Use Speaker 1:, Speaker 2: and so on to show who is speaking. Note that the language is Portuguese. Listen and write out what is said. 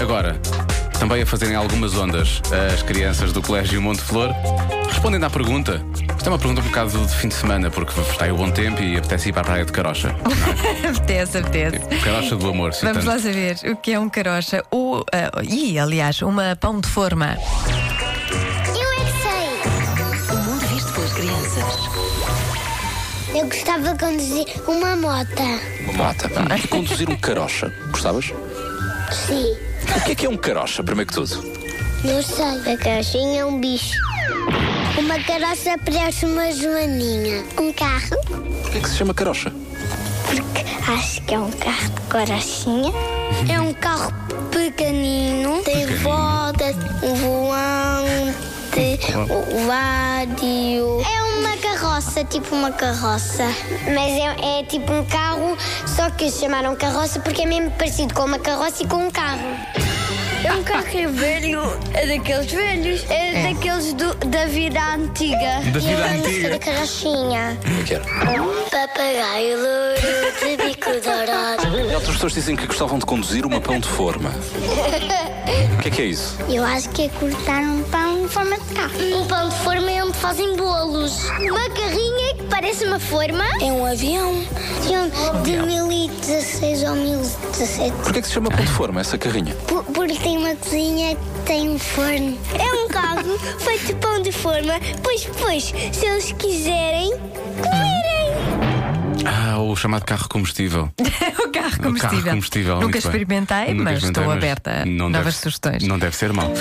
Speaker 1: Agora, também a fazerem algumas ondas as crianças do Colégio Monte Flor, respondendo à pergunta. Isto é uma pergunta um bocado de fim de semana, porque está aí o bom tempo e apetece ir para a praia de Carocha. Tipo,
Speaker 2: apetece, apetece.
Speaker 1: Carocha do amor, se
Speaker 2: Vamos
Speaker 1: tanto.
Speaker 2: lá saber o que é um carocha. Ou, ah, e, aliás, uma pão de forma.
Speaker 3: Eu é que sei.
Speaker 4: O mundo visto pelas crianças.
Speaker 3: Eu gostava de conduzir uma moto.
Speaker 5: Uma mata. E conduzir um carocha. Gostavas?
Speaker 3: Sim.
Speaker 5: O que é que é um carocha, primeiro que tudo?
Speaker 3: Não sei. A carochinha é um bicho. Uma carroça parece uma joaninha. Um carro?
Speaker 5: O que é que se chama carocha?
Speaker 3: Porque acho que é um carro de carochinha. É um carro pequenino. Tem rodas, um volante, vádio. É uma carroça, tipo uma carroça. Mas é, é tipo um carro, só que chamaram carroça porque é mesmo parecido com uma carroça e com um carro. É um carro velho, é daqueles velhos, é, daqueles da vida antiga.
Speaker 1: Da vida antiga.
Speaker 3: da carochinha.
Speaker 5: Como é que era?
Speaker 3: Um Papagaio louro de bico dourado.
Speaker 5: E outras pessoas dizem que gostavam de conduzir uma pão de forma. O que é que é isso?
Speaker 3: Eu acho que é cortar um pão em forma de carro. Um pão de forma é onde fazem bolos. Uma carrinha que parece uma forma. É um avião. Um De 1016 ou 1017.
Speaker 5: Porquê é que se chama pão de forma, essa carrinha?
Speaker 3: Por- Porque tem uma cozinha que tem um forno. É um carro feito de pão de forma. Pois, pois, se eles quiserem, comerem.
Speaker 1: Ah, o chamado carro combustível.
Speaker 2: É o carro
Speaker 1: O
Speaker 2: combustível.
Speaker 1: carro combustível.
Speaker 2: Nunca
Speaker 1: muito bem.
Speaker 2: experimentei,
Speaker 1: Nunca
Speaker 2: mas
Speaker 1: experimentei,
Speaker 2: estou aberta a
Speaker 1: não
Speaker 2: novas
Speaker 1: deve-
Speaker 2: sugestões.
Speaker 1: Não deve ser mal.